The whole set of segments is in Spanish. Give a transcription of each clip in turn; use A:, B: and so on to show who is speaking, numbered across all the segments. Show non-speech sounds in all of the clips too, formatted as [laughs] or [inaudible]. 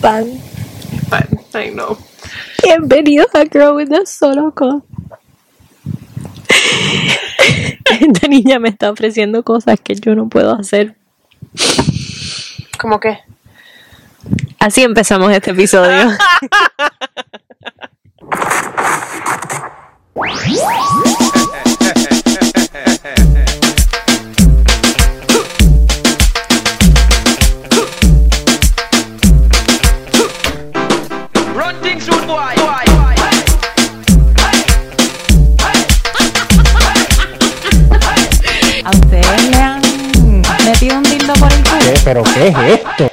A: pan.
B: But I know.
A: Bienvenidos a Girl with the Solo Con. Esta niña me está ofreciendo cosas que yo no puedo hacer.
B: ¿Cómo qué?
A: Así empezamos este episodio.
C: Run things rude boy.
D: ¿A ustedes le han metido un dildo por el culo?
E: ¿Qué? ¿Pero qué es esto?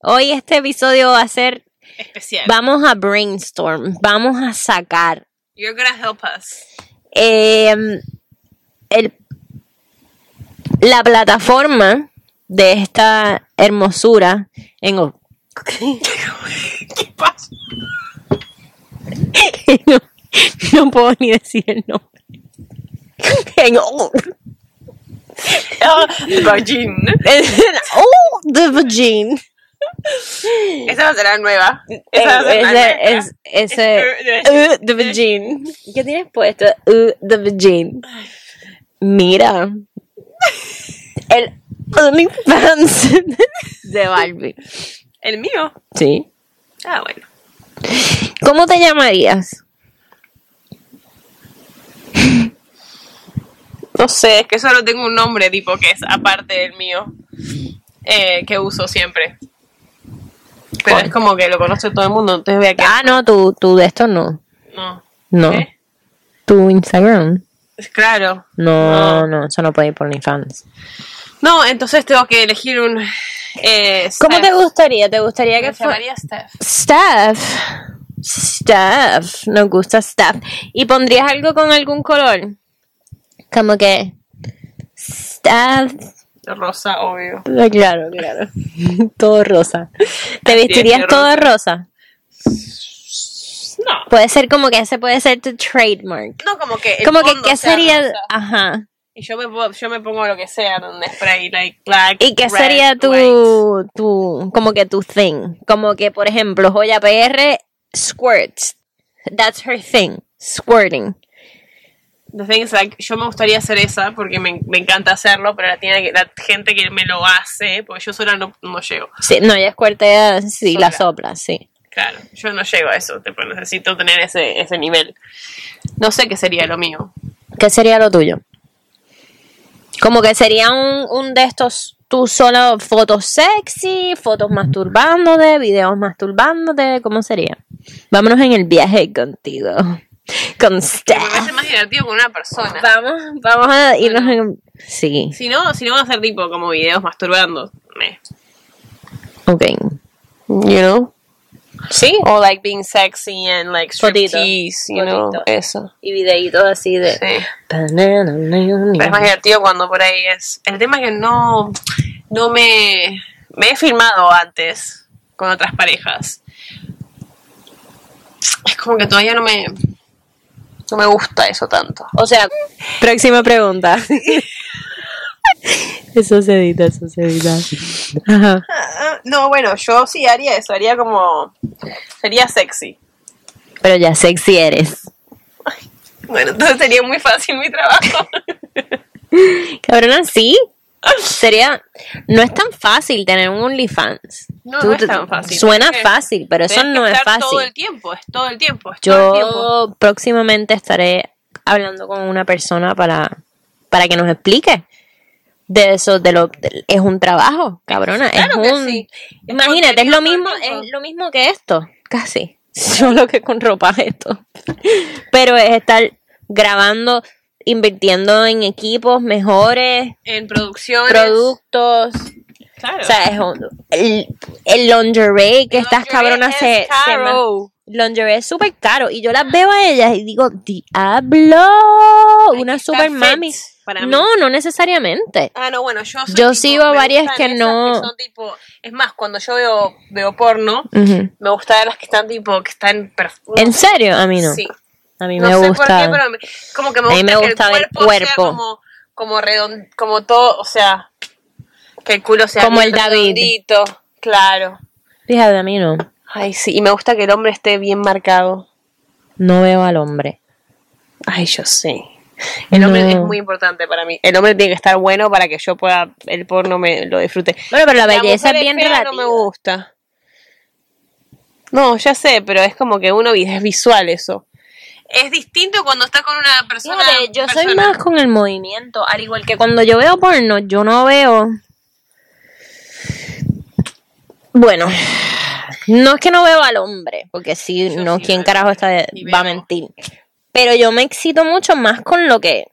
A: Hoy este episodio va a ser,
B: Especial.
A: vamos a brainstorm, vamos a sacar
B: You're gonna help us.
A: eh, el- la plataforma de esta hermosura en, o-
B: [laughs]
A: [laughs]
B: ¿Qué pasa?
A: no, no puedo ni decir el nombre. En o-
B: Vagin.
A: [laughs] en o- Oh, the vagina.
B: Esa va a ser la nueva. Eh, Esa va a ser la nueva.
A: Eh, Ese es ese
B: Es-
A: uh, the vagina. ¿Qué tienes puesto? Uh, the vagina. Mira. El OnlyFans de Barbie.
B: El mío.
A: Sí.
B: Ah, bueno.
A: ¿Cómo te llamarías?
B: No sé, es que solo tengo un nombre tipo que es aparte del mío. eh, que uso siempre. Pero
A: ¿Cuál?
B: es como que lo conoce todo el mundo, entonces vea que.
A: Ah, no, tú, tú de esto no.
B: No.
A: No.
B: ¿Eh?
A: ¿Tu Instagram?
B: Es Claro.
A: No, no, eso no puede ir por OnlyFans.
B: No, entonces tengo que elegir un. Eh,
A: ¿Cómo
B: Steph.
A: te gustaría? ¿Te gustaría que
B: Me
A: fuera?
B: llamaría Steph.
A: Staff. Staff. Nos gusta staff. ¿Y pondrías algo con algún color? Como que. Staff.
B: Rosa, obvio.
A: Ah, Claro, claro. [laughs] todo rosa. ¿Te
B: de
A: vestirías todo rosa?
B: No.
A: Puede ser como que ese puede ser tu trademark.
B: No, como que. el
A: Como que,
B: fondo
A: ¿qué
B: sea
A: sería?
B: rosa.
A: Ajá.
B: Y yo me, po- yo me pongo lo que sea, donde spray, like black.
A: ¿Y qué
B: red,
A: sería
B: white.
A: tu, tu, como que tu thing? Como que, por ejemplo, Joya PR, squirts. That's her thing. Squirting.
B: The thing is, like, yo me gustaría hacer esa porque me, me encanta hacerlo, pero la, tiene, que- la gente que me lo hace, porque yo sola no, no llego.
A: Sí, no, ella squirtea, sí, la sopla, sí.
B: Claro, yo no llego a eso, tipo, necesito tener ese, ese nivel. No sé qué sería lo mío.
A: ¿Qué sería lo tuyo? Como que sería un, un de estos, tú solo fotos sexy, fotos masturbándote, videos masturbándote, ¿cómo sería? Vámonos en el viaje contigo, [laughs] con
B: Me parece
A: Steph.
B: más divertido con una persona.
A: Vamos, vamos a irnos en... Sí,
B: Si no, si no va a ser tipo como videos masturbando. meh.
A: ok.
B: You know?
A: Sí.
B: O like being sexy and like
A: Fotito.
B: striptease, you know?
A: Fotito.
B: Eso.
A: Y videitos así de... Pues
B: Sí. Pero es más divertido cuando por ahí es. El tema es que no, no me. Me he filmado antes con otras parejas. Es como que todavía no me. No me gusta eso tanto.
A: O sea, próxima pregunta. [laughs] eso se edita, eso se edita. Ajá.
B: Ah, No, bueno, yo sí haría eso. Haría como. Sería sexy.
A: Pero ya sexy eres.
B: Bueno, [laughs] entonces sería muy fácil mi [laughs] trabajo.
A: Cabrona, sí. Sería. No es tan fácil tener un OnlyFans.
B: No,
A: Tú
B: no es
A: te-
B: tan fácil.
A: Suena
B: Tienes que-
A: fácil, pero eso
B: Tenés que
A: no es
B: estar Todo el
A: fácil.
B: tiempo, es todo el tiempo. Es todo el tiempo.
A: Yo próximamente estaré hablando con una persona para, para que nos explique. De eso, de lo, de- es un trabajo, cabrona.
B: Claro
A: es
B: que
A: un,
B: sí. Es
A: Imagínate, es
B: contenido
A: lo mismo,
B: todo el tiempo.
A: es lo mismo que esto, casi. [laughs] Solo que con ropa esto. Pero es estar grabando, invirtiendo en equipos mejores,
B: En producciones.
A: productos.
B: Claro.
A: O sea, es un- el, el lingerie que estas
B: Lingerie
A: cabronas
B: es
A: se, se
B: caro.
A: ma- Lingerie es súper caro. Y yo las veo a ellas y digo, diablo,
B: Hay
A: una
B: que estar
A: super
B: fit
A: mami.
B: para mí.
A: No, no necesariamente.
B: Ah, no, bueno, yo soy
A: Yo
B: tipo,
A: sigo a
B: me
A: varias
B: gustan
A: que
B: esas
A: no-
B: son tipo, es más, cuando yo veo, veo porno,
A: Ujú.
B: me gustan las que están tipo, que están perf-
A: ¿En serio? A mí no.
B: Sí.
A: A mí
B: No
A: me
B: sé
A: gusta.
B: por qué, pero me- como que me
A: A mí
B: gusta,
A: me
B: que
A: gusta
B: el
A: ver
B: cuerpo, sea
A: cuerpo.
B: como, como redond, como todo, o sea, que el culo sea
A: Como
B: bien
A: el David.
B: redondito, claro.
A: Fíjate, a mí no.
B: Ay, sí, y me gusta que el hombre esté bien marcado.
A: No veo al hombre.
B: Ay, yo sé. El hombre
A: No.
B: es muy importante para mí. El hombre tiene que estar bueno para que yo pueda, el porno me lo disfrute.
A: Bueno, pero la belleza
B: mujer
A: es bien
B: fea
A: relativa.
B: no me gusta. No, ya sé, pero es como que uno vi- es visual eso. Es distinto cuando está con una persona.
A: Fíjate, yo soy más con el movimiento, al igual que cuando yo veo porno, yo no veo. Bueno, no es que no veo al hombre, porque si no,
B: sí
A: ¿quién
B: veo,
A: carajo está de-
B: sí
A: va a
B: veo.
A: mentir? Pero yo me excito mucho más con lo que.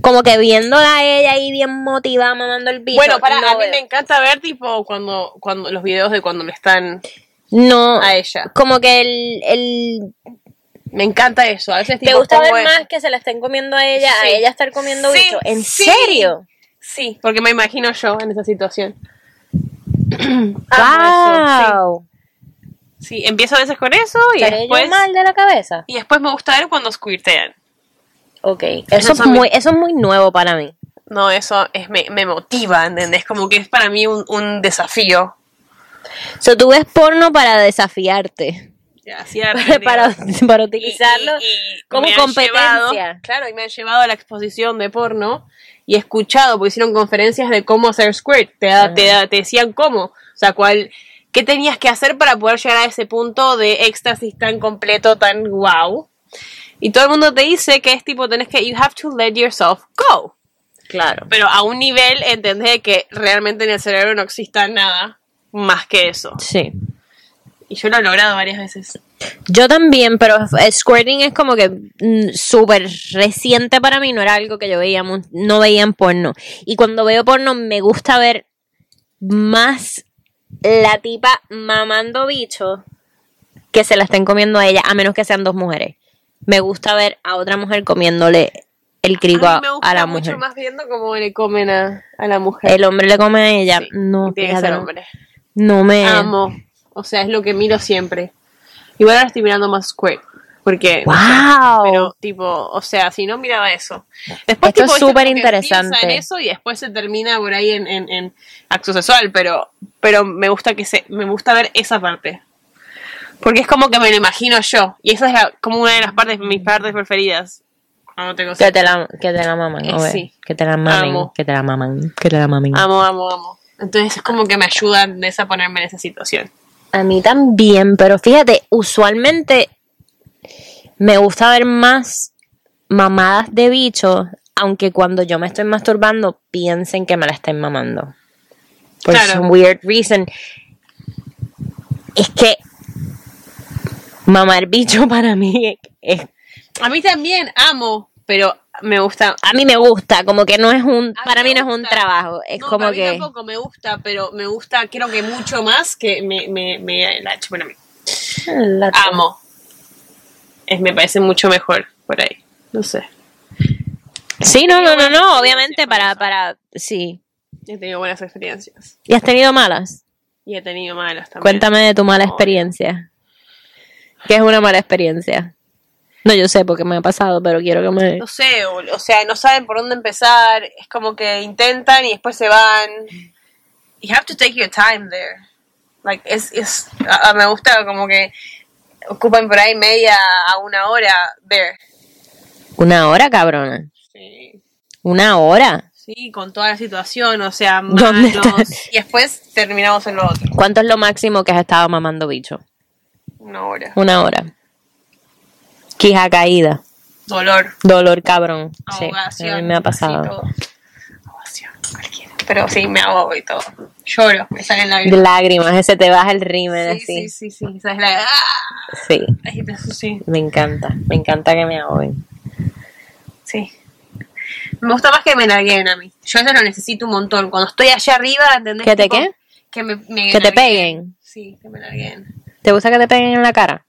A: Como que viéndola a ella ahí bien motivada, mamando el bicho.
B: Bueno, para,
A: no
B: a mí
A: veo.
B: me encanta ver tipo cuando, cuando los videos de cuando le están
A: No,
B: a ella.
A: como que el. el
B: Me encanta eso. A veces
A: me
B: tipo,
A: gusta ver
B: pongo e-, eso.
A: más que se la estén comiendo a ella, a
B: pues, Sí.
A: ella estar comiendo
B: Sí,
A: bicho. ¿En
B: sí.
A: serio?
B: Sí, porque me imagino yo en esa
A: [clears throat]
B: situación. Amo eso,
A: ¡Wow!
B: sí. Sí, empiezo a veces con eso y
A: ¿Estaré
B: después,
A: yo mal de la cabeza?
B: y después me gusta ver cuando squirtean.
A: Ok. Eso, es
B: también.
A: muy, eso es muy nuevo para mí.
B: No, eso es, me, me motiva, ¿entendés? Como que es para mí un, un desafío.
A: O sea, tú ves porno para desafiarte. Para, [laughs] para, para utilizarlo como competencia.
B: claro, y me han llevado a la exposición de porno y he escuchado, porque hicieron conferencias de cómo hacer squirt. Te, da- te, da- te decían cómo. O sea, cuál, qué tenías que hacer para poder llegar a ese punto de éxtasis tan completo, tan wow. Y todo el mundo te dice que es tipo, tenés que, you have to let yourself go.
A: Claro.
B: Pero a un nivel, entendés de que realmente en el cerebro no exista nada más que eso.
A: Sí.
B: Y yo lo he logrado varias veces.
A: Yo también, pero eh, squirting es como que mm, súper reciente para mí, no era algo que yo veía, mu- no veía en porno. Y cuando veo porno me gusta ver más la tipa mamando bicho que se la estén comiendo a ella, a menos que sean dos mujeres. Me gusta ver a otra mujer comiéndole el crico a,
B: mí me gusta
A: a la
B: mucho
A: mujer.
B: más viendo cómo le comen a, a la mujer.
A: El hombre le come a ella.
B: Sí,
A: no, Eh.
B: tiene que
A: fíjate,
B: ser
A: no.
B: hombre.
A: no me...
B: Amo. O sea, es lo que miro siempre. Igual ahora estoy mirando más squirt. Porque. no sé,
A: ¡Wow!
B: Pero, tipo, o sea, si no miraba eso. Después,
A: Oh. Esto
B: tipo,
A: es
B: viste,
A: súper
B: como que piensa
A: interesante.
B: en eso y después se termina por ahí en, en, en acto sexual, pero, pero me gusta que se, me gusta ver esa parte. Porque es como que me lo imagino yo. Y esa es la- como una de las partes, mis partes preferidas. Cuando tengo
A: Que
B: sexo.
A: te la, que te la maman,
B: Eh,
A: o ver,
B: sí.
A: que te la mamen,
B: Amo.
A: que te la mamen, que te la mamen.
B: Amo, amo, amo. Entonces es como que me ayudan de esa a ponerme en esa situación.
A: A mí también, pero fíjate, usualmente me gusta ver más mamadas de bicho, aunque cuando yo me estoy masturbando piensen que me la estén mamando. Por
B: Claro.
A: some weird reason. Es que mamar bicho [laughs] para mí es
B: A mí también amo, pero me gusta.
A: a mí me gusta, como que no es un,
B: A
A: para mí
B: me
A: no es un
B: gusta.
A: trabajo, es
B: No,
A: como
B: para mí
A: que,
B: tampoco me gusta, pero me gusta, creo que mucho más que me. me, me la chupona.
A: La-
B: Amo. Es, me parece mucho mejor por ahí. No sé.
A: sí, no, no, no, no, obviamente
B: experiencias
A: para,
B: con
A: para, sí,
B: He tenido buenas experiencias.
A: y has tenido malas.
B: Y he tenido malas también.
A: Cuéntame de tu mala
B: Obvio.
A: experiencia. ¿Qué es una mala experiencia? No, yo sé porque me ha pasado, pero quiero que me...
B: No sé, o, o sea, no saben por dónde empezar. Es como que intentan y después se van. You have to take your time there. Like, es, es, a- a- me gusta como que ocupan por ahí media a una hora there.
A: Una hora, cabrona.
B: Sí.
A: Una hora.
B: Sí, con toda la situación, o sea,
A: ¿Dónde
B: manos.
A: estás?
B: Y después terminamos en lo otro.
A: ¿Cuánto es lo máximo que has estado mamando bicho?
B: Una hora.
A: Una hora. Quija caída.
B: Dolor,
A: Dolor, cabrón. Sí,
B: ahogación.
A: a mí me ha
B: sí,
A: pasado.
B: todo. Ahogación, cualquiera. Pero sí, me ahogo y todo. Lloro, me salen lágrimas.
A: Lágrimas, ese te baja el rímel
B: Sí, sí,
A: así.
B: sí, sí. Esa es la... ¡Ah!
A: Sí,
B: Ay, pero eso sí,
A: me encanta. Me encanta que me ahoguen.
B: sí. Me gusta más que me larguen a mí. Yo eso lo necesito un montón. Cuando estoy allá arriba, ¿entendés?
A: ¿Que te
B: Tipo,
A: qué?
B: Que me, me
A: Que te
B: larguen.
A: peguen.
B: Sí, que me larguen.
A: ¿Te gusta que te peguen en la cara?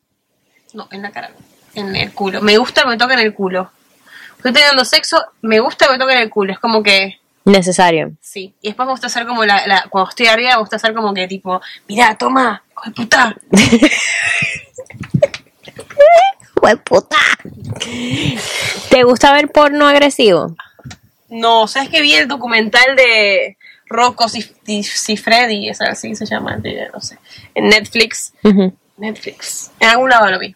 B: No, en la cara. En el culo. Me gusta que me toquen el culo. Estoy teniendo sexo, me gusta que me toquen el culo. Es como que...
A: Necesario.
B: Sí, y después me gusta hacer como la, la- cuando estoy arriba me gusta hacer como que tipo, mirá, toma, hijo de puta.
A: ¡Hue puta! ¿Te gusta ver porno agresivo?
B: No, ¿sabes que vi el documental de Rocco Cif- Cif- Cifredi? Es así se llama, el video, no sé. En Netflix.
A: Ujú.
B: Netflix. En algún lado lo vi.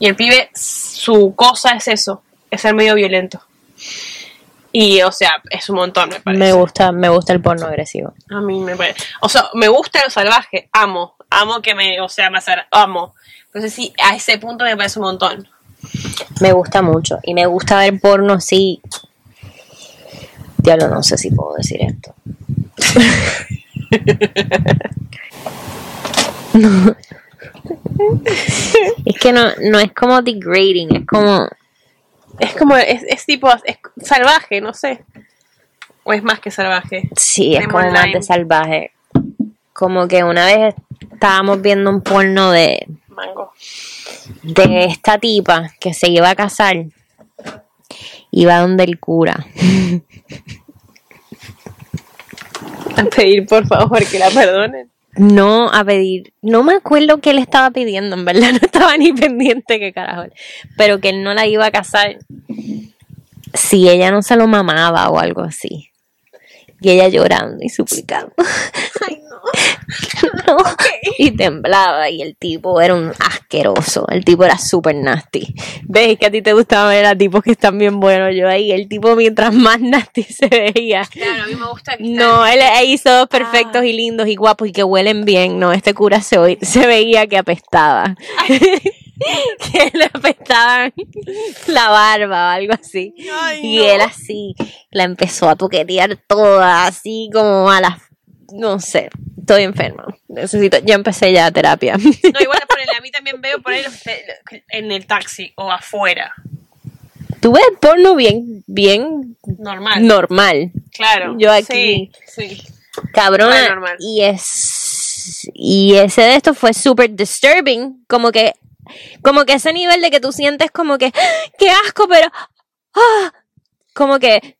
B: Y el pibe, su cosa es eso, es ser medio violento. Y, o sea, es un montón, me parece.
A: Me gusta, me gusta el porno agresivo.
B: A mí me parece. O sea, me gusta lo salvaje, amo. Amo que me, o sea, más amo. Entonces sí, a ese punto me parece un montón.
A: Me gusta mucho. Y me gusta ver porno, sí. Diablo, no sé si puedo decir esto. No. Es que no, no es como degrading, es como.
B: Es como, es, es tipo, es salvaje, no sé. O es más que salvaje.
A: Sí, es
B: Demon
A: como más
B: Line.
A: de salvaje. Como que una vez estábamos viendo un porno de,
B: Mango.
A: de esta tipa que se iba a casar. Iba donde el cura.
B: A pedir, por favor, que la perdonen.
A: No a pedir, no me acuerdo qué le estaba pidiendo, en verdad [laughs] no estaba ni pendiente que carajo, era. pero que él no la iba a casar si ella no se lo mamaba o algo así. Y ella llorando y suplicando. [laughs] Ay, no. No. Y temblaba y el tipo era un asqueroso, el tipo era súper nasty. Ves que a ti te gustaba ver a tipos que están bien buenos yo ahí, el tipo mientras más [laughs] nasty se veía.
B: Claro, a mí me gusta que
A: No, él ahí hizo dos
B: Ah.
A: perfectos y lindos y guapos y que huelen bien. No, este cura se, oí- se veía que apestaba. [laughs] que le apestaban la barba o algo así.
B: Ay,
A: y
B: no.
A: él así la empezó a toquetear toda, así como a las. No sé, estoy enferma. Necesito. Yo empecé ya terapia. [laughs]
B: No, igual por el- a mí también veo por ahí los- en el taxi o afuera.
A: Tú ves porno bien, bien
B: Normal.
A: normal.
B: Claro.
A: Yo aquí.
B: Sí, sí. Re
A: Cabrona.
B: normal.
A: Y es. Y ese de esto fue súper disturbing. Como que. Como que ese nivel de que tú sientes como que. ¡ah! ¡Qué asco! Pero. ¡ah! Como que.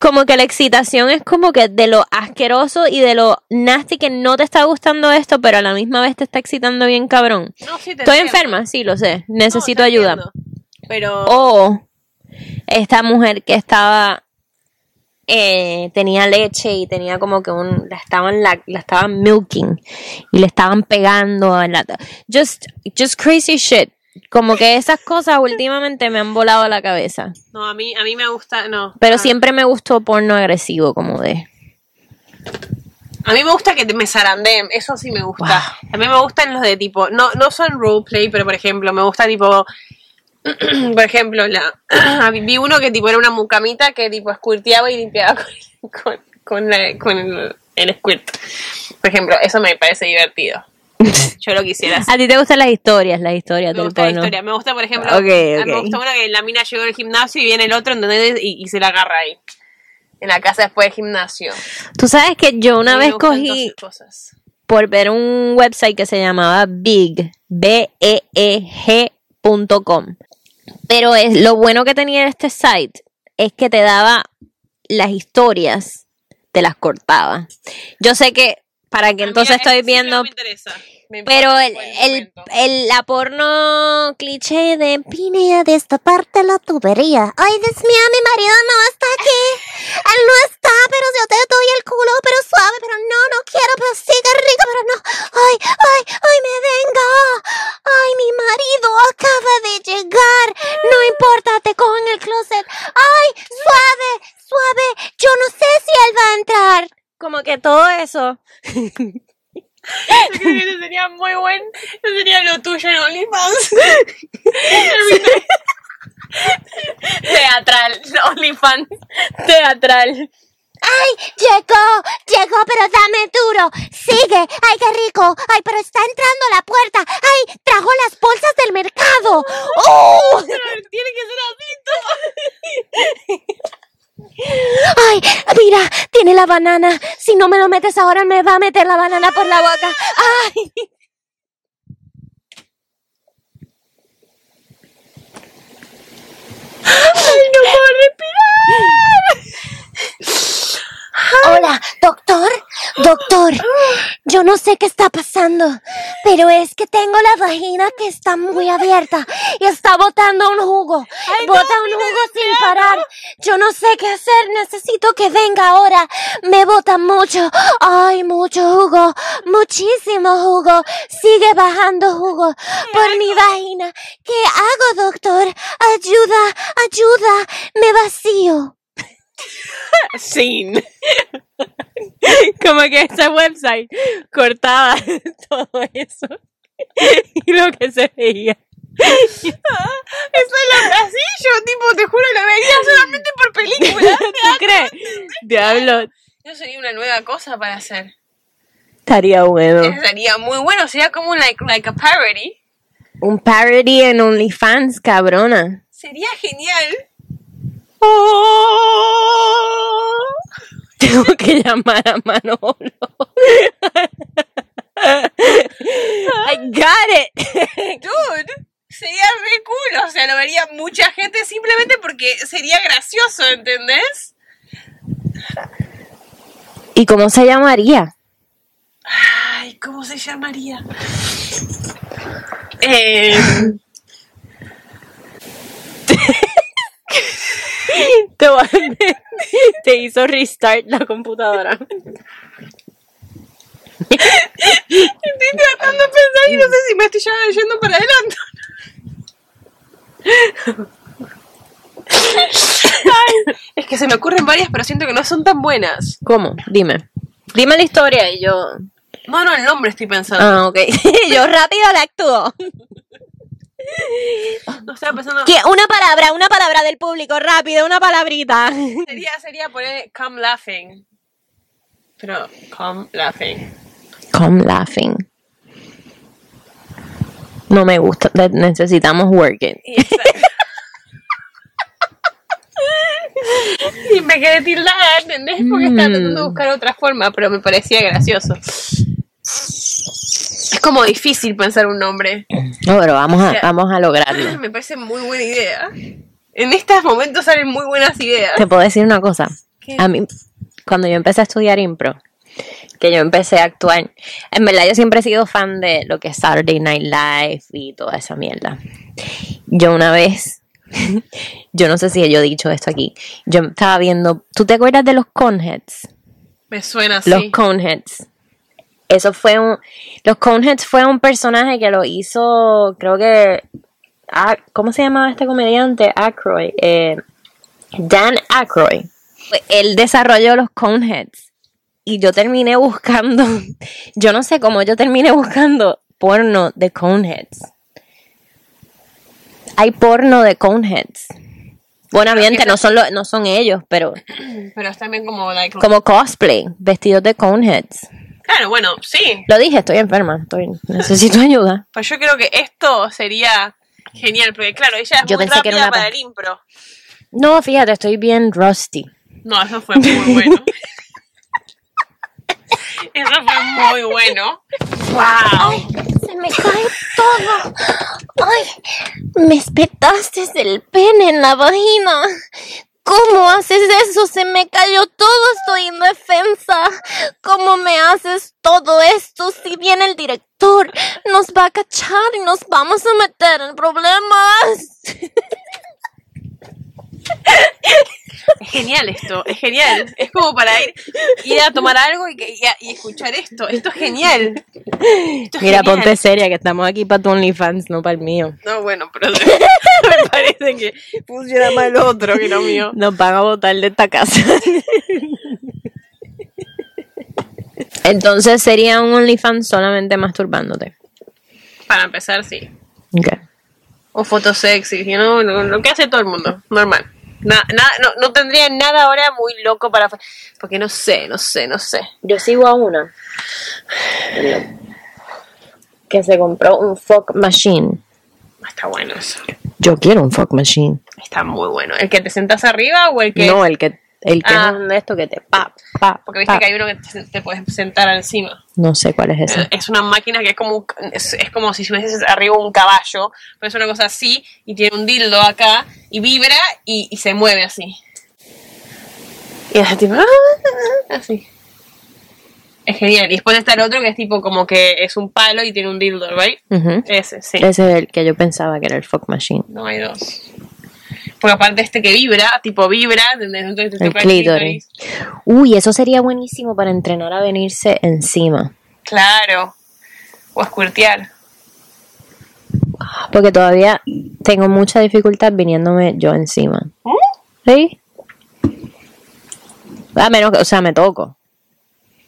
A: Como que la excitación es como que de lo asqueroso y de lo nasty que no te está gustando esto, pero a la misma vez te está excitando bien cabrón.
B: No, sí te
A: Estoy
B: entiendo.
A: enferma, sí, lo sé.
B: No,
A: Necesito
B: te
A: ayuda.
B: entiendo. Pero.
A: O esta mujer que estaba eh, tenía leche y tenía como que un la estaban la, la estaban milking y le estaban pegando a la just just crazy shit. Como que esas cosas últimamente me han volado la cabeza.
B: No, a mí, a mí me gusta. No.
A: Pero
B: Ah.
A: siempre me gustó porno agresivo, como de.
B: A mí me gusta que te- me zarandeen, eso sí me gusta. A mí me gustan los de tipo, no, no son roleplay, pero por ejemplo, me gusta tipo, [clears throat] por ejemplo, la, [clears throat] vi uno que tipo era una mucamita que tipo escuirteaba y limpiaba con, [laughs] con, con la- con el, el squirt. Por ejemplo, eso me
A: [laughs]
B: parece divertido. Yo lo quisiera hacer.
A: A ti te gustan las historias, las historias
B: Me
A: Ah, del
B: gusta la
A: porno.
B: historia, me gusta por ejemplo,
A: Ok,
B: ah, me
A: ok.
B: gusta uno que la mina llegó al gimnasio y viene el otro ¿entendés? y, y se la agarra ahí. En la casa después del gimnasio.
A: Tú sabes que yo una
B: A mí me
A: vez
B: gustan todas
A: cogí
B: esas cosas.
A: por ver un website que se llamaba Big, E B-E-E-G.com. Pero es, lo bueno que tenía este site es que te daba las historias, te las cortaba. Yo sé que para que entonces estoy
B: Amiga, Ah, eso sí que
A: viendo
B: no me interesa. Me importa
A: pero
B: un
A: el,
B: buen
A: el,
B: momento.
A: el- la porno cliché de Pinea de esta parte la tubería. Ay, Dios mío, mi marido no está aquí. Él no está, pero yo te doy el culo, pero suave, pero no, no quiero, pero sí, qué rico, pero no. Ay, ay, ay, me venga. Ay, mi marido acaba de llegar. No importa, te cojo en el closet. Ay, suave, suave. Yo no sé si él va a entrar. Como que todo eso.
B: [laughs] Yo creo que ese sería muy buen. Ese sería lo tuyo en OnlyFans. [laughs] Teatral, OnlyFans. Teatral.
E: ¡Ay! Llegó, llegó, pero dame duro. Sigue. ¡Ay, qué rico! ¡Ay, pero está entrando a la puerta! ¡Ay, trajo las bolsas del mercado! ¡Oh!
B: Pero Tiene que ser así,
E: ¡Ay, mira! Tiene la banana. Si no me lo metes ahora, me va a meter la banana por la boca. ¡Ay! ¡Ay, no puedo respirar! Hola, doctor. Doctor, yo no sé qué está pasando, pero es que tengo la vagina que está muy abierta y está botando un jugo. Bota un jugo sin parar. Yo no sé qué hacer, necesito que venga ahora. Me bota mucho. Ay, mucho jugo, muchísimo jugo. Sigue bajando jugo por mi vagina. ¿Qué hago, doctor? Ayuda, ayuda. Me vacío.
B: Sin. Como que ese website cortaba [laughs] todo eso y lo que se veía. Eso es la así yo tipo te juro lo veía solamente por película.
A: [laughs]
B: ¿Tú crees? Diablo, Yo sería una nueva cosa para hacer.
A: Estaría bueno.
B: Eso sería muy bueno, sería como un like, like a parody.
A: Un parody en OnlyFans, cabrona. [laughs]
B: Sería genial.
A: Tengo que llamar a Manolo. [laughs] I got it.
B: Dude, sería re cool, o sea, lo vería mucha gente simplemente porque sería gracioso, ¿entendés?
A: ¿Y cómo se llamaría?
B: Ay, ¿cómo se llamaría? Eh,
A: Em, [laughs] Te, voy a- te hizo restart la computadora.
B: estoy tratando de pensar y no sé si me estoy ya yendo para adelante. Ay, es que se me ocurren varias, pero siento que no son tan buenas.
A: ¿Cómo? Dime. Dime la historia y yo.
B: No, no, el nombre estoy pensando.
A: Ah, ok. [laughs] yo rápido la actúo.
B: No estaba pensando.
A: Que Una palabra, una palabra del público, rápido, una palabrita.
B: [laughs] Sería, sería poner come laughing. Pero come laughing.
A: Come laughing. No me gusta, ne- necesitamos work it.
B: Y, esa- y me quedé tildada, ¿entendés? Porque estaba tratando de buscar otra forma, pero me parecía gracioso. Es como difícil pensar un nombre. [clears throat]
A: No, pero vamos a,
B: sea-
A: vamos a lograrlo.
B: Me parece muy buena idea. En estos momentos salen muy buenas ideas.
A: Te puedo decir una cosa.
B: ¿Qué?
A: A mí, cuando yo empecé a estudiar impro, que yo empecé a actuar, en verdad yo siempre he sido fan de lo que es Saturday Night Live y toda esa mierda. Yo una vez, [laughs] yo no sé si yo he dicho esto aquí, yo estaba viendo, ¿tú te acuerdas de los Conheads?
B: Me suena así.
A: Los Coneheads. Eso fue un. Los Coneheads fue un personaje que lo hizo, creo que. ah, ¿Cómo se llamaba este comediante? Aykroyd. eh, Dan Aykroyd. Pues, Él desarrolló los Coneheads. Y yo terminé buscando. [laughs] Yo no sé cómo yo terminé buscando porno de Coneheads. Hay porno de Coneheads. Bueno, obviamente no son, los- no son ellos, pero
B: Pero es también como, like,
A: como cosplay, vestidos de Coneheads.
B: Claro, bueno, sí.
A: Lo dije, estoy enferma, estoy, necesito ayuda.
B: Pues yo creo que esto sería genial, porque claro, ella es
A: Yo
B: muy
A: pensé que era
B: rápida
A: una
B: para
A: pa-
B: el impro.
A: No, fíjate, estoy bien rusty.
B: No, eso fue
A: [laughs]
B: muy bueno. eso fue muy bueno. ¡Wow!
E: Se me cae todo. Ay, me espetaste el pene en la vagina. ¿Cómo haces eso? Se me cayó todo, estoy indefensa. ¿Cómo me haces todo esto? Si viene el director, nos va a cachar y nos vamos a meter en problemas.
B: Es genial esto, es genial. Es como para ir, ir a tomar algo y, que- y a- y escuchar esto. Esto es genial. Esto es
A: Mira,
B: genial.
A: ponte seria, que estamos aquí para tu OnlyFans, no para el mío.
B: No, bueno, pero [laughs] me parece que funciona más lo otro que lo mío.
A: Nos van a botar de esta [laughs] casa. Entonces sería un OnlyFans solamente masturbándote.
B: Para empezar, sí.
A: Ok.
B: O fotos sexy, you know, lo, lo que hace todo el mundo, normal. Na- na- no, no tendría nada ahora muy loco para... Porque no sé, no sé, no sé.
A: Yo sigo a una que se compró un fuck machine.
B: Está bueno eso.
A: Yo quiero un fuck machine.
B: Está muy bueno. ¿El que te sentas arriba o el que...?
A: No, el que, el que
B: Ah.
A: es un esto que te pa, pa.
B: Porque viste
A: pa.
B: que hay uno que te, te puedes sentar encima.
A: No sé cuál es
B: Eh,
A: ese.
B: Es una máquina que es como, un ca- es, es como si subieses arriba un caballo, pero es una cosa así, y tiene un dildo acá, y vibra, y, y se mueve así. Y hace tipo... "Ah", Así. Es genial. Y después está el otro que es tipo como que es un palo y tiene un dildo, ¿right?
A: Ujú.
B: Ese, sí.
A: Ese es el que yo pensaba que era el fuck machine.
B: No hay dos. Porque aparte este que vibra, tipo vibra, ¿entendés? Entonces te
A: El
B: toca
A: clítoris. Uy, eso sería buenísimo para entrenar a venirse encima.
B: Claro. O escurtear.
A: Porque todavía tengo mucha dificultad viniéndome yo encima. ¿Sí? A menos que, o sea, me toco.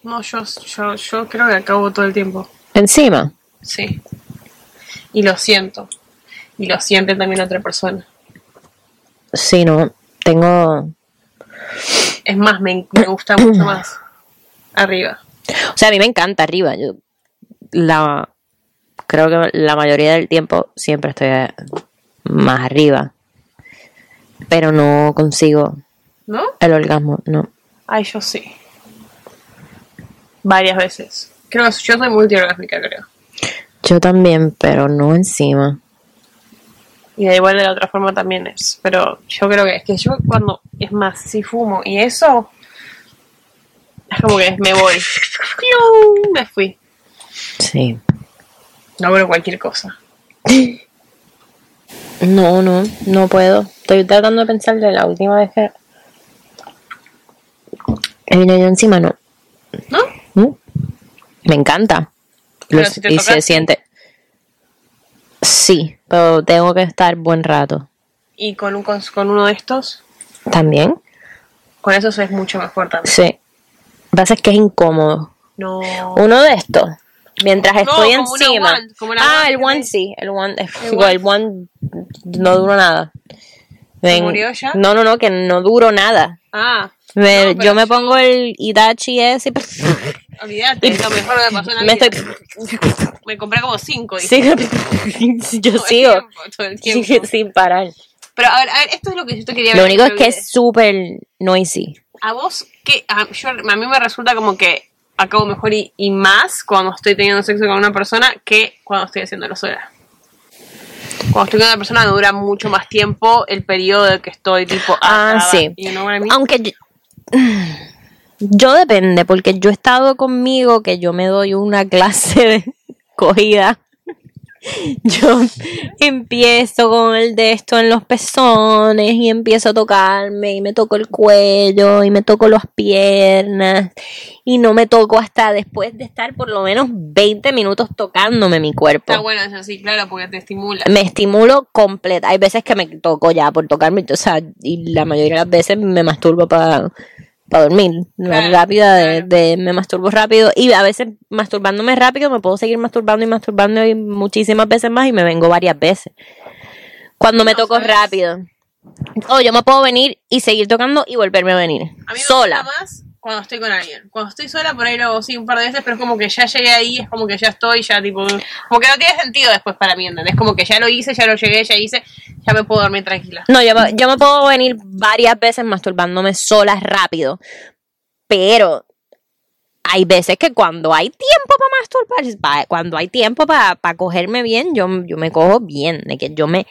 B: No, yo, yo, yo creo que acabo todo el tiempo.
A: Encima.
B: Sí. Y lo siento. Y lo siente también otra persona.
A: Sí, no. Tengo.
B: Es más, me, me gusta [coughs] mucho más. Arriba.
A: O sea, a mí me encanta arriba. Yo la creo que la mayoría del tiempo siempre estoy eh, más arriba. Pero no consigo
B: ¿No?
A: el orgasmo, no.
B: Ay, yo sí. Varias veces. Creo que yo soy multiorgásmica, creo.
A: Yo también, pero no encima.
B: Y de igual de la otra forma también es. Pero yo creo que es que yo cuando, es más, si fumo y eso, es como que me voy. ¡Piu! Me fui.
A: Sí.
B: No pero cualquier cosa.
A: No, no, no puedo. Estoy tratando de pensar de la última vez que. Me vine yo encima, no.
B: ¿No?
A: ¿Mm? Me encanta.
B: Pero
A: Lo-
B: si te
A: y
B: tocas-
A: se siente. Sí, pero tengo que estar buen rato.
B: Y con, un, cons- con uno de estos,
A: ¿También?
B: con eso es mucho mejor también.
A: Sí. Lo que pasa es que es incómodo.
B: No.
A: Uno de estos, mientras estoy
B: como una
A: encima.
B: wand, como la
A: ah,
B: wand
A: el
B: que
A: one
B: te-
A: sí. El one, eh,
B: El
A: el one no duró nada. Ven-
B: murió ya?
A: No, no, no, que no duró nada.
B: Ah,
A: Me-
B: No, pero-
A: yo me pongo el Itachi ese y [laughs]
B: olvídate, es lo mejor que me pasó en la
A: me
B: vida.
A: estoy.
B: [laughs] Me compré como cinco.
A: [laughs]
B: y
A: sigo- yo
B: todo el
A: sigo.
B: tiempo, todo el tiempo.
A: [laughs] sin parar.
B: Pero a ver, a ver, esto es lo que yo te quería
A: Lo
B: ver,
A: único es
B: me
A: que
B: olvidé.
A: es súper noisy.
B: ¿A vos qué? A, yo- a mí me resulta como que acabo mejor y, y más cuando estoy teniendo sexo con una persona que cuando estoy haciéndolo sola. Cuando estoy con una persona me dura mucho más tiempo el periodo de que estoy tipo...
A: Ah,
B: atada,
A: sí.
B: you know what I mean?
A: Aunque yo, [sighs] yo depende, porque yo he estado conmigo que yo me doy una [laughs] clase de cogida. [laughs] Yo empiezo con el de esto en los pezones y empiezo a tocarme y me toco el cuello y me toco las piernas y no me toco hasta después de estar por lo menos 20 minutos tocándome mi cuerpo
B: Está bueno eso, sí, claro, porque te estimula.
A: me estimulo completa. Hay veces que me toco ya por tocarme, o sea, y la mayoría de las veces me masturbo para dormir. La
B: Claro,
A: rápida de,
B: claro.
A: de- me masturbo rápido y a veces masturbándome rápido me puedo seguir masturbando y masturbando y muchísimas veces más y me vengo varias veces. Cuando me
B: No,
A: toco
B: ¿sabes?
A: rápido. O yo me puedo venir y seguir tocando y volverme a venir.
B: A mí me
A: sola.
B: gusta más cuando estoy con alguien. Cuando estoy sola por ahí lo hago sí un par de veces, pero es como que ya llegué ahí, es como que ya estoy, ya tipo... Como que no tiene sentido después para mí, ¿entendés? Como que ya lo hice, ya lo llegué, ya hice, ya me puedo dormir tranquila.
A: No, yo me, yo me puedo venir varias veces masturbándome sola rápido, pero hay veces que cuando hay tiempo para masturbarse, pa- cuando hay tiempo para cogerme bien, yo, yo me cojo bien, de que yo me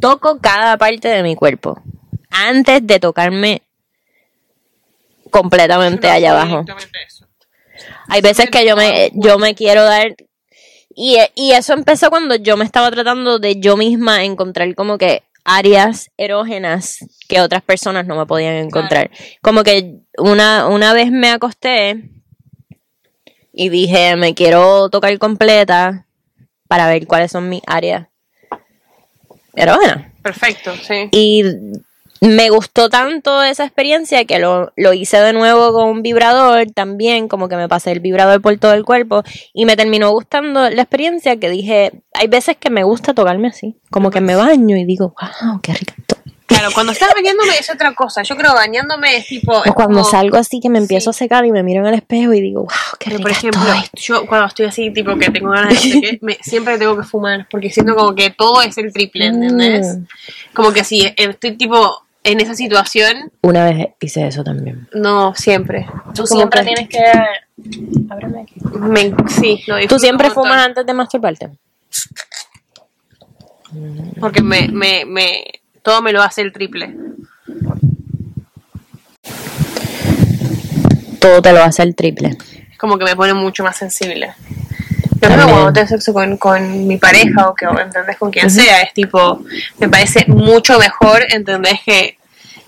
A: toco cada parte de mi cuerpo antes de tocarme completamente allá abajo.
B: Exactamente eso.
A: Hay veces que yo me, yo me quiero dar. Y, y eso empezó cuando yo me estaba tratando de yo misma encontrar como que áreas erógenas que otras personas no me podían encontrar. Como que una, una vez me acosté y dije, me quiero tocar completa para ver cuáles son mis áreas erógenas.
B: Perfecto, sí.
A: Y me gustó tanto esa experiencia que lo, lo hice de nuevo con un vibrador también, como que me pasé el vibrador por todo el cuerpo y me terminó gustando la experiencia que dije, hay veces que me gusta tocarme así, como que me baño y digo, wow, qué rico. esto".
B: Claro, cuando estás bañándome es otra cosa. Yo creo bañándome es tipo. es
A: O cuando
B: como-
A: salgo así que me empiezo a secar y me miro en el espejo y digo, wow, qué
B: Pero,
A: rico
B: por ejemplo, yo cuando estoy así, tipo que tengo ganas de no
A: [laughs]
B: sé qué, me- siempre tengo que fumar porque siento como que todo es el triple, ¿entendés?
A: Mm.
B: Como que si estoy tipo en esa situación,
A: Una vez hice eso también.
B: no siempre.
A: Tú
B: Como
A: siempre
B: que-
A: tienes que... Ábreme aquí.
B: Me, sí, lo disfruto
A: Tú
B: un
A: siempre
B: montón.
A: fumas antes de masturbarte.
B: Porque me, me, me, todo me lo hace el triple.
A: Todo te lo hace el triple.
B: Es como que me pone mucho más sensible. Pero no cuando tengo sexo con, con mi pareja o que o, entendés con quien sea, es tipo, me parece mucho mejor, entendés que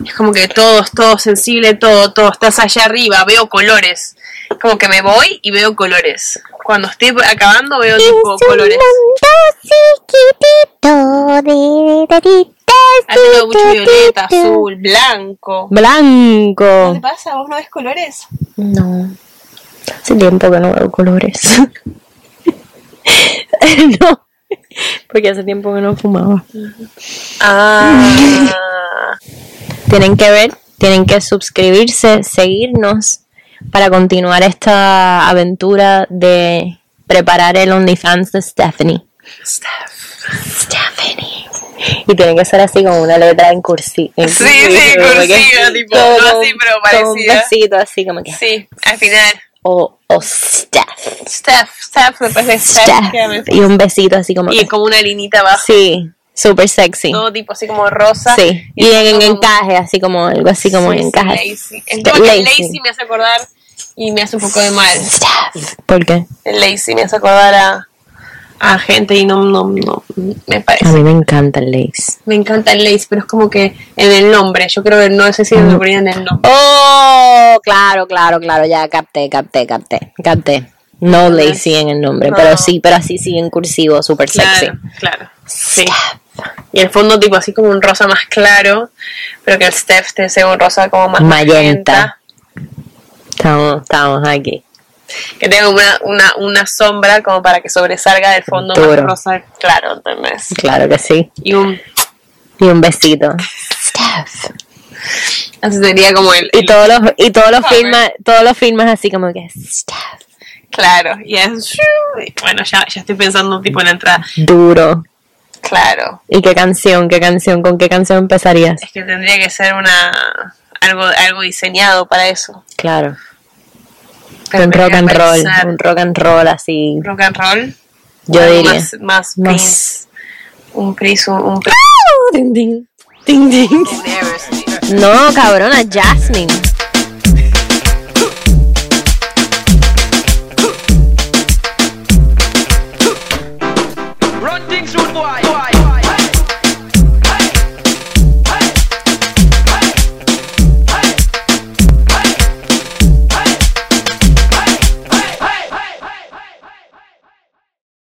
B: es como que todos, todo sensible, todo, todo, estás allá arriba, veo colores. Como que me voy y veo colores. Cuando estoy acabando veo tipo colores. A mí me gusta mucho violeta, azul, blanco. ¿Qué te
A: Blanco.
B: pasa? ¿Vos no ves colores?
A: No. Hace tiempo que no veo colores. no. Porque hace tiempo que no fumaba.
B: Ah.
A: Tienen que ver, tienen que suscribirse, seguirnos para continuar esta aventura de preparar el OnlyFans de Stephanie. Stephanie. Y tienen que ser así con una letra en cursi. en
B: Sí, sí,
A: porque
B: cursiva, tipo, no así, pero
A: con un
B: parecida.
A: besito así como que.
B: Sí, al final.
A: O, o Steph.
B: Steph, Steph, me parece Steph.
A: Steph.
B: que me-
A: Y un besito así como
B: Y
A: que.
B: como una linita abajo.
A: Sí, súper sexy.
B: Todo tipo así como rosa.
A: Sí. Y en, en
B: todo como-
A: encaje, así como algo así como
B: Sí,
A: en
B: sí,
A: encaje.
B: lazy. El tema que el lazy me hace acordar y me hace un poco de mal.
A: Steph. ¿Por qué?
B: El lazy me hace acordar a, a gente y no, no, no, me
A: A
B: parece.
A: mí me encanta el lace.
B: Me encanta el lazy, pero es como que en el nombre. Yo creo que no sé si lo ponían en el nombre.
A: Oh, claro, claro, claro, ya capté, capté, capté, capté. No lazy en el nombre,
B: No.
A: pero sí, pero así sí en cursivo, súper sexy.
B: Claro, claro. Sí. Y el fondo tipo así como un rosa más claro, pero que el Steph te sea un rosa como más
A: Magenta. Estamos, estamos aquí.
B: magenta, Que tenga una, una, una sombra como para que sobresalga del fondo más
A: Duro.
B: rosa claro, ¿entendés?
A: Claro que sí.
B: Y un...
A: Y un besito. Steph.
B: Así sería como el...
A: Y
B: el-
A: todos los, y todos los
B: Ah,
A: filmas, todos los filmas así como que Steph.
B: Claro, y es... Bueno, ya, ya estoy pensando tipo en la entrada.
A: Duro.
B: Claro,
A: ¿Y qué canción? ¿Qué canción? ¿Con qué canción empezarías?
B: es que tendría que ser una... Algo, algo diseñado para eso.
A: Claro.
B: Pero
A: un rock
B: tendría
A: and
B: que
A: roll.
B: pensar
A: Un rock and roll así.
B: Rock and roll.
A: Yo
B: Algo
A: diría.
B: Más, más
A: Más-
B: Prince. Un Prince, un, un Prince.
A: No, cabrona, Jasmine.